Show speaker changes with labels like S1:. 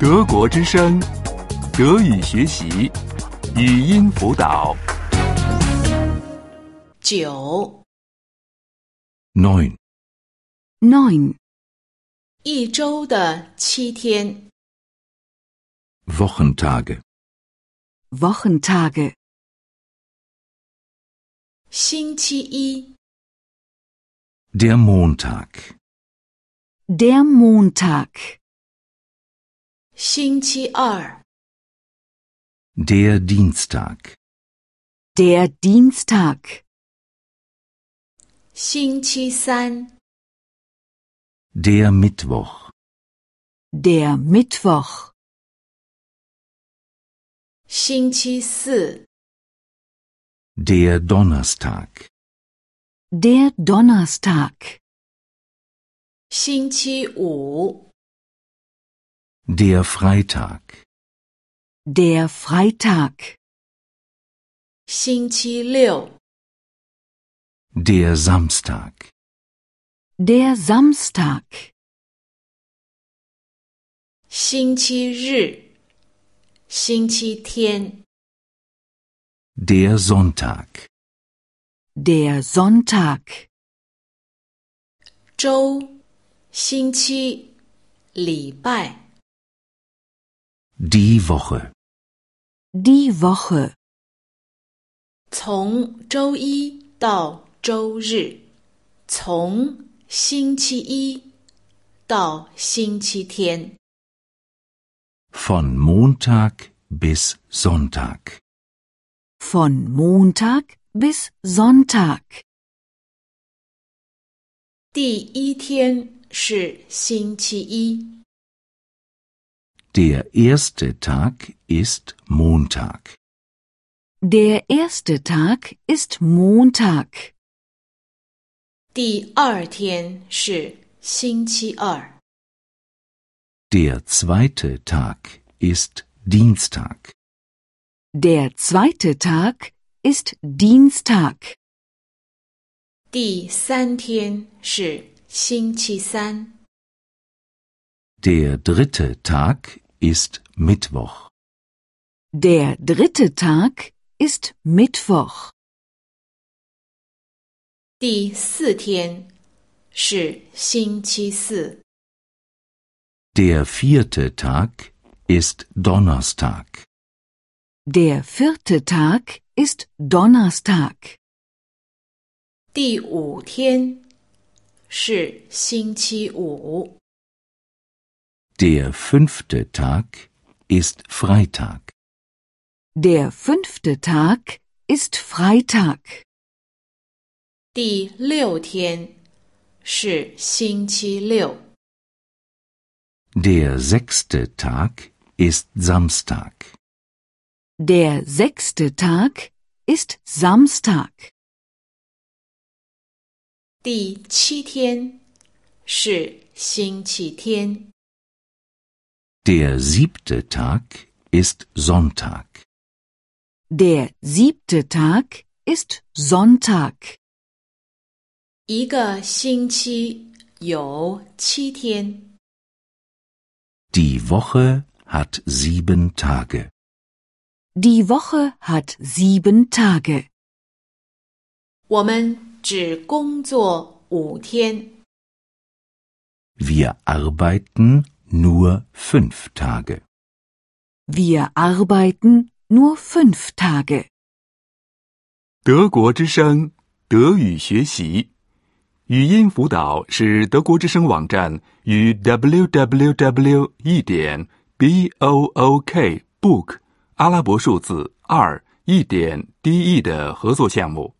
S1: 德国之声，德语学习，语音辅导。
S2: 九，
S3: 9.
S4: 9.
S2: 一周的七天，
S3: Wochentage.
S4: Wochentage.
S2: 星期一，
S3: Der Montag.
S4: Der Montag.
S2: 星期二，
S3: Der Dienstag.
S4: Der Dienstag.
S2: 星期三，
S3: Der Mittwoch.
S4: Der Mittwoch.
S2: 星期四，
S3: Der Donnerstag.
S4: Der Donnerstag.
S2: 星期五，
S3: Der Freitag.
S4: Der Freitag.
S2: 星期六，
S3: Der Samstag.
S4: Der Samstag.
S2: 星期日，星期天，
S3: Der Sonntag.
S4: Der Sonntag.
S2: 周，星期，礼拜，
S3: Die Woche.
S4: Die Woche.
S2: 从周一到周日，从星期一到星期天。
S3: Von Montag bis Sonntag.
S4: Von Montag bis Sonntag.
S2: 第一天是星期一，
S3: Der erste Tag ist Montag.
S4: Der erste Tag ist Montag.
S2: 第二天是星期二，
S3: Der zweite Tag ist Dienstag.
S4: Der zweite Tag ist Dienstag.
S2: 第三天是星期三，
S3: Der dritte Tag ist Mittwoch.
S4: Der dritte Tag ist Mittwoch.
S2: 第四天是星期四，
S3: Der vierte Tag ist Donnerstag.
S4: Der vierte Tag ist Donnerstag.
S2: 第五天是星期五，
S3: Der fünfte Tag ist Freitag.
S4: Der fünfte Tag ist Freitag.
S2: 第六天是星期六，
S3: Der sechste Tag ist Samstag.
S4: Der sechste Tag ist Samstag.
S2: 第七天是星期天。
S3: Der siebte Tag ist Sonntag.
S4: Der siebte Tag ist Sonntag.
S2: 一个星期有七天，
S3: Die Woche hat sieben Tage.
S4: Die Woche hat sieben Tage.
S2: 我们只工作五天。
S3: Wir arbeiten nur fünf Tage.
S4: Wir arbeiten nur fünf Tage.
S1: 德国之声，德语学习，语音辅导是德国之声网站与 www. 一点 b o o k book 阿拉伯数字二一点 d e 的合作项目。